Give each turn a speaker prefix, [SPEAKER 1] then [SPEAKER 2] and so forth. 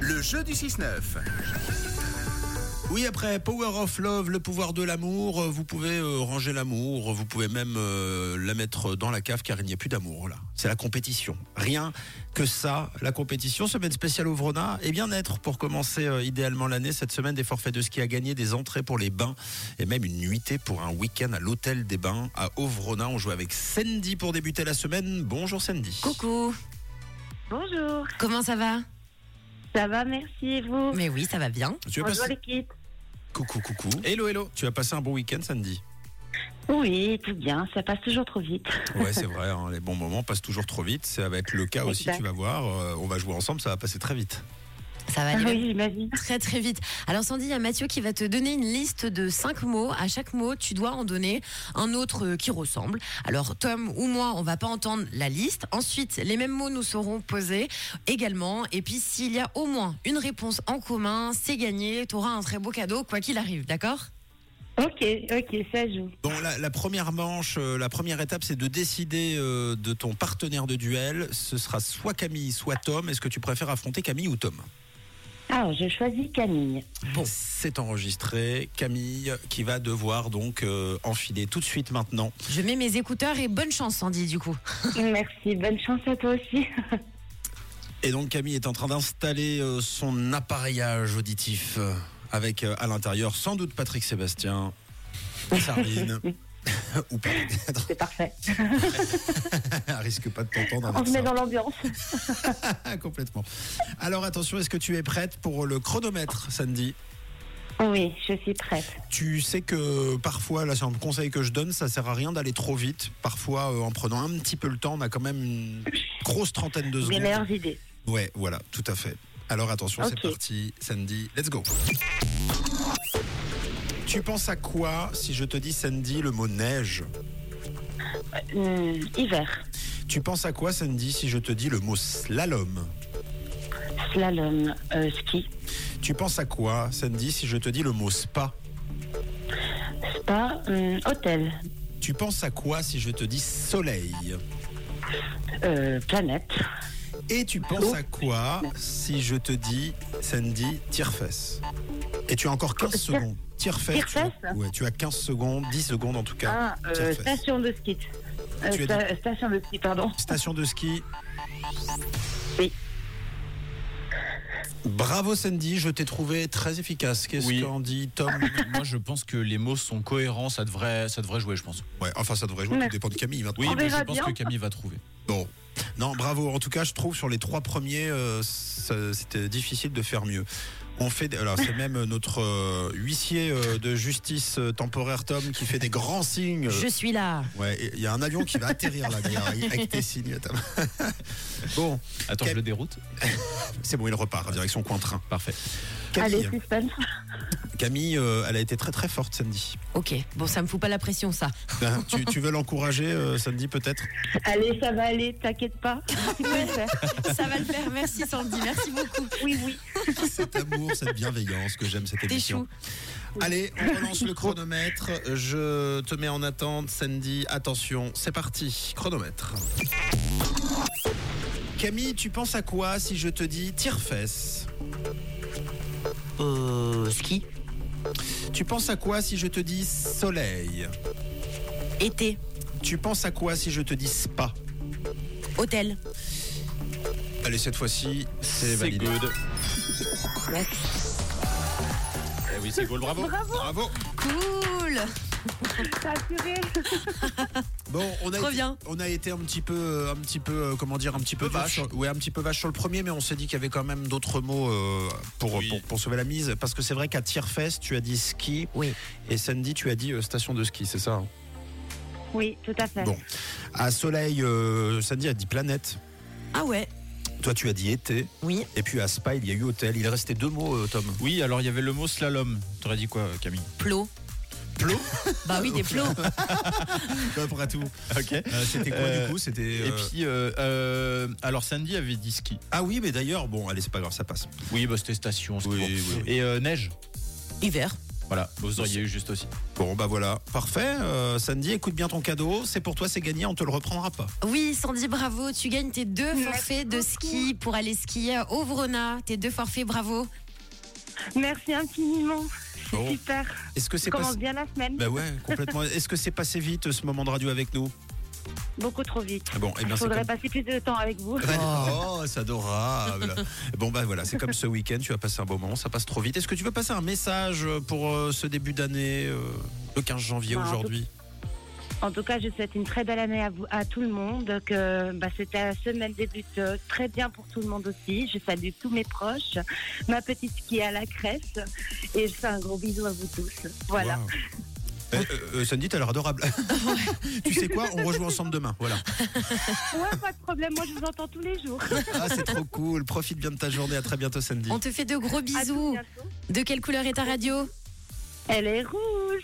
[SPEAKER 1] Le jeu du 6-9.
[SPEAKER 2] Oui, après Power of Love, le pouvoir de l'amour, euh, vous pouvez euh, ranger l'amour, vous pouvez même euh, la mettre dans la cave car il n'y a plus d'amour là. C'est la compétition. Rien que ça, la compétition. Semaine spéciale au Vrona et bien-être pour commencer euh, idéalement l'année. Cette semaine, des forfaits de ski à gagner, des entrées pour les bains et même une nuitée pour un week-end à l'hôtel des bains à Auvrona. On joue avec Sandy pour débuter la semaine. Bonjour Sandy.
[SPEAKER 3] Coucou,
[SPEAKER 4] Bonjour,
[SPEAKER 3] comment ça va
[SPEAKER 4] ça va, merci et vous
[SPEAKER 3] Mais oui, ça va bien.
[SPEAKER 2] Tu as
[SPEAKER 4] Bonjour
[SPEAKER 2] passé...
[SPEAKER 4] l'équipe.
[SPEAKER 2] Coucou, coucou. Hello, hello. Tu as passé un bon week-end Sandy
[SPEAKER 4] Oui, tout bien, ça passe toujours trop vite.
[SPEAKER 2] Ouais, c'est vrai, hein, les bons moments passent toujours trop vite. C'est avec le cas aussi,
[SPEAKER 4] Exact.
[SPEAKER 2] tu vas voir. euh, on va jouer ensemble, ça va passer très vite.
[SPEAKER 3] Ça va
[SPEAKER 4] Ah
[SPEAKER 3] aller
[SPEAKER 4] oui, j'imagine.
[SPEAKER 3] très très vite. Alors Sandy, il y a Mathieu qui va te donner une liste de cinq mots. À chaque mot, tu dois en donner un autre euh, qui ressemble. Alors Tom ou moi, on va pas entendre la liste. Ensuite, les mêmes mots nous seront posés également. Et puis s'il y a au moins une réponse en commun, c'est gagné. Tu auras un très beau cadeau, quoi qu'il arrive, d'accord
[SPEAKER 4] Ok, ok, ça joue.
[SPEAKER 2] Bon, la, la première manche, euh, la première étape, c'est de décider euh, de ton partenaire de duel. Ce sera soit Camille, soit Tom. Est-ce que tu préfères affronter Camille ou Tom
[SPEAKER 4] Alors, je choisis Camille.
[SPEAKER 2] Bon, c'est enregistré. Camille qui va devoir donc euh, enfiler tout de suite maintenant.
[SPEAKER 3] Je mets mes écouteurs et bonne chance Sandy du coup.
[SPEAKER 4] merci, bonne chance à toi aussi.
[SPEAKER 2] Et donc Camille est en train d'installer euh, son appareillage auditif euh, avec euh, à l'intérieur sans doute Patrick Sébastien, Sardine. ou pas peut-être.
[SPEAKER 4] C'est parfait.
[SPEAKER 2] Elle risque pas de t'entendre
[SPEAKER 4] On
[SPEAKER 2] avec
[SPEAKER 4] se met
[SPEAKER 2] ça. Ah,
[SPEAKER 4] dans l'ambiance.
[SPEAKER 2] Complètement. Alors attention, est-ce que tu es prête pour le chronomètre, Sandy
[SPEAKER 4] Oui, je suis prête.
[SPEAKER 2] Tu sais que parfois, là c'est un conseil que je donne, ça sert à rien d'aller trop vite. Parfois, euh, en prenant un petit peu le temps, on a quand même une grosse trentaine de
[SPEAKER 4] Des
[SPEAKER 2] secondes.
[SPEAKER 4] meilleures idées.
[SPEAKER 2] Ouais, voilà, tout à fait. Alors attention,
[SPEAKER 4] Ok.
[SPEAKER 2] c'est parti, Sandy, let's go. Tu penses à quoi si je te dis Sandy le mot neige
[SPEAKER 4] Hum, hiver,
[SPEAKER 2] Tu penses à quoi Sandy si je te dis le mot slalom
[SPEAKER 4] slalom, euh, ski,
[SPEAKER 2] Tu penses à quoi Sandy si je te dis le mot spa
[SPEAKER 4] spa, hum, hôtel,
[SPEAKER 2] Tu penses à quoi si je te dis soleil
[SPEAKER 4] euh, planète,
[SPEAKER 2] Et tu penses à quoi si je te dis Sandy tire-fesse Et tu as encore 15
[SPEAKER 4] Tire-
[SPEAKER 2] secondes. Tire-fesse tu-
[SPEAKER 4] Euh, tire-fesse
[SPEAKER 2] Ouais, tu as 15 secondes, 10 secondes en tout cas.
[SPEAKER 4] ah, euh,
[SPEAKER 2] Tire-fesse.
[SPEAKER 4] station de ski. Euh,
[SPEAKER 2] Tu as
[SPEAKER 4] sta- station de ski, pardon.
[SPEAKER 2] Station de ski.
[SPEAKER 4] Oui.
[SPEAKER 2] Bravo Sandy, je t'ai trouvé très efficace. Qu'est-ce
[SPEAKER 5] Oui.
[SPEAKER 2] qu'en dit Tom
[SPEAKER 5] Moi, je pense que les mots sont cohérents, ça devrait, ça devrait jouer, je pense.
[SPEAKER 2] Ouais, enfin ça devrait jouer, tout
[SPEAKER 4] Merci.
[SPEAKER 2] dépend de Camille hein. maintenant.
[SPEAKER 5] Oui,
[SPEAKER 4] On
[SPEAKER 5] mais je
[SPEAKER 4] verra
[SPEAKER 5] pense
[SPEAKER 4] bien.
[SPEAKER 5] que Camille va trouver.
[SPEAKER 2] Bon. Non, bravo. En tout cas, je trouve sur les trois premiers, euh, ça- c'était difficile de faire mieux. On fait, alors c'est même notre euh, huissier euh, de justice euh, temporaire Tom qui fait des grands signes.
[SPEAKER 3] Je suis là.
[SPEAKER 2] Ouais, et il y a un avion qui va atterrir là d'ailleurs avec avec tes signes. Tom. bon,
[SPEAKER 5] Attends,
[SPEAKER 2] Cam-
[SPEAKER 5] je le déroute.
[SPEAKER 2] c'est bon, il repart direction Cointrin.
[SPEAKER 5] Parfait.
[SPEAKER 2] Camille, hein.
[SPEAKER 4] Allez, suspense.
[SPEAKER 2] Camille, euh, elle a été très très forte samedi. Ben,
[SPEAKER 3] Ok, bon ça me fout pas la pression ça.
[SPEAKER 2] tu, tu veux l'encourager euh, samedi peut-être
[SPEAKER 4] Allez, ça va aller, t'inquiète pas. Tu peux le faire.
[SPEAKER 3] Ça va le faire, merci Sandy, merci beaucoup.
[SPEAKER 4] Oui, oui.
[SPEAKER 2] Cet amour, cette bienveillance que j'aime cette
[SPEAKER 3] T'es
[SPEAKER 2] émission.
[SPEAKER 3] chou.
[SPEAKER 2] Allez, on relance le chronomètre. Je te mets en attente, Sandy. Attention, c'est parti. Chronomètre. Camille, tu penses à quoi si je te dis tire-fesse
[SPEAKER 3] Euh, ski.
[SPEAKER 2] Tu penses à quoi si je te dis soleil
[SPEAKER 3] Été.
[SPEAKER 2] Tu penses à quoi si je te dis spa
[SPEAKER 3] Hôtel.
[SPEAKER 2] Allez, cette fois-ci, c'est validé.
[SPEAKER 5] good. Eh oui, c'est cool, bravo.
[SPEAKER 2] Bravo
[SPEAKER 3] Cool.
[SPEAKER 4] T'as assuré.
[SPEAKER 2] Bon, on a,
[SPEAKER 3] Trop
[SPEAKER 2] été,
[SPEAKER 3] bien.
[SPEAKER 2] on a été un petit peu, un petit peu, euh, comment dire, un petit peu
[SPEAKER 5] peu
[SPEAKER 2] vache.
[SPEAKER 5] vache.
[SPEAKER 2] Sur, ouais, un petit peu vache sur le premier, mais on s'est dit qu'il y avait quand même d'autres mots euh, pour,
[SPEAKER 5] Oui.
[SPEAKER 2] pour, pour sauver la mise. Parce que c'est vrai qu'à Tierfest, tu as dit ski.
[SPEAKER 3] Oui.
[SPEAKER 2] Et Sandy, tu as dit euh, station de ski, c'est ça hein
[SPEAKER 4] Oui, tout à fait.
[SPEAKER 2] Bon. À Soleil, euh, Sandy a dit planète.
[SPEAKER 3] Ah ouais.
[SPEAKER 2] Toi, tu as dit été.
[SPEAKER 3] Oui.
[SPEAKER 2] Et puis à Spa, il y a eu hôtel. Il restait deux mots, euh, Tom.
[SPEAKER 5] Oui, alors il y avait le mot slalom. T'aurais dit quoi, Camille
[SPEAKER 3] Plot.
[SPEAKER 2] Plot
[SPEAKER 3] Bah oui, des plots.
[SPEAKER 2] Après tout.
[SPEAKER 5] Ok.
[SPEAKER 2] C'était quoi
[SPEAKER 5] Euh,
[SPEAKER 2] du coup C'était.
[SPEAKER 5] Et
[SPEAKER 2] euh,
[SPEAKER 5] puis, euh, euh, alors Sandy avait dit ski.
[SPEAKER 2] Ah oui, mais d'ailleurs, bon, allez, c'est pas grave, ça passe.
[SPEAKER 5] Oui, bah c'était station, c'est
[SPEAKER 2] Oui,
[SPEAKER 5] bon.
[SPEAKER 2] oui, oui.
[SPEAKER 5] Et euh, neige
[SPEAKER 3] Hiver.
[SPEAKER 5] Voilà, vous auriez eu juste aussi.
[SPEAKER 2] Bon, bah voilà, parfait. Euh, Sandy, écoute bien ton cadeau. C'est pour toi, c'est gagné, on te le reprendra pas.
[SPEAKER 3] Oui, Sandy, bravo. Tu gagnes tes deux
[SPEAKER 4] Merci
[SPEAKER 3] forfaits de
[SPEAKER 4] beaucoup.
[SPEAKER 3] ski pour aller skier au Vrona. Tes deux forfaits, bravo.
[SPEAKER 4] Merci infiniment. C'est
[SPEAKER 2] Bon.
[SPEAKER 4] super.
[SPEAKER 2] Est-ce que c'est
[SPEAKER 4] On commence
[SPEAKER 2] passé.
[SPEAKER 4] bien la semaine.
[SPEAKER 2] Bah ouais, complètement. Est-ce que c'est passé vite ce moment de radio avec nous
[SPEAKER 4] Beaucoup trop vite.
[SPEAKER 2] Bon, eh
[SPEAKER 4] Il
[SPEAKER 2] bien c'est
[SPEAKER 4] faudrait
[SPEAKER 2] comme.
[SPEAKER 4] passer plus de temps avec vous.
[SPEAKER 2] Oh, c'est adorable. Bon bah voilà, c'est comme ce week-end, tu vas passer un bon moment, ça passe trop vite. Est-ce que tu veux passer un message pour euh, ce début d'année, euh, le 15 janvier
[SPEAKER 4] Bah, en tout-
[SPEAKER 2] aujourd'hui
[SPEAKER 4] En tout cas, je souhaite une très belle année à, vous, à tout le monde. Que bah, cette semaine débute euh, très bien pour tout le monde aussi. Je salue tous mes proches, ma petite qui est à la crèche, et je fais un gros bisou à vous tous. Voilà.
[SPEAKER 2] Wow. Euh, euh, euh, Sandy, t'as l'air adorable. tu sais quoi On rejoue ensemble demain. Voilà.
[SPEAKER 4] Ouais, pas de problème. Moi, je vous entends tous les jours.
[SPEAKER 2] Ah, c'est trop cool. Profite bien de ta journée. À très bientôt, Sandy.
[SPEAKER 3] On te fait de gros
[SPEAKER 4] À tout
[SPEAKER 3] bisous.
[SPEAKER 4] bientôt.
[SPEAKER 3] De quelle couleur est ta radio
[SPEAKER 4] Elle est rouge.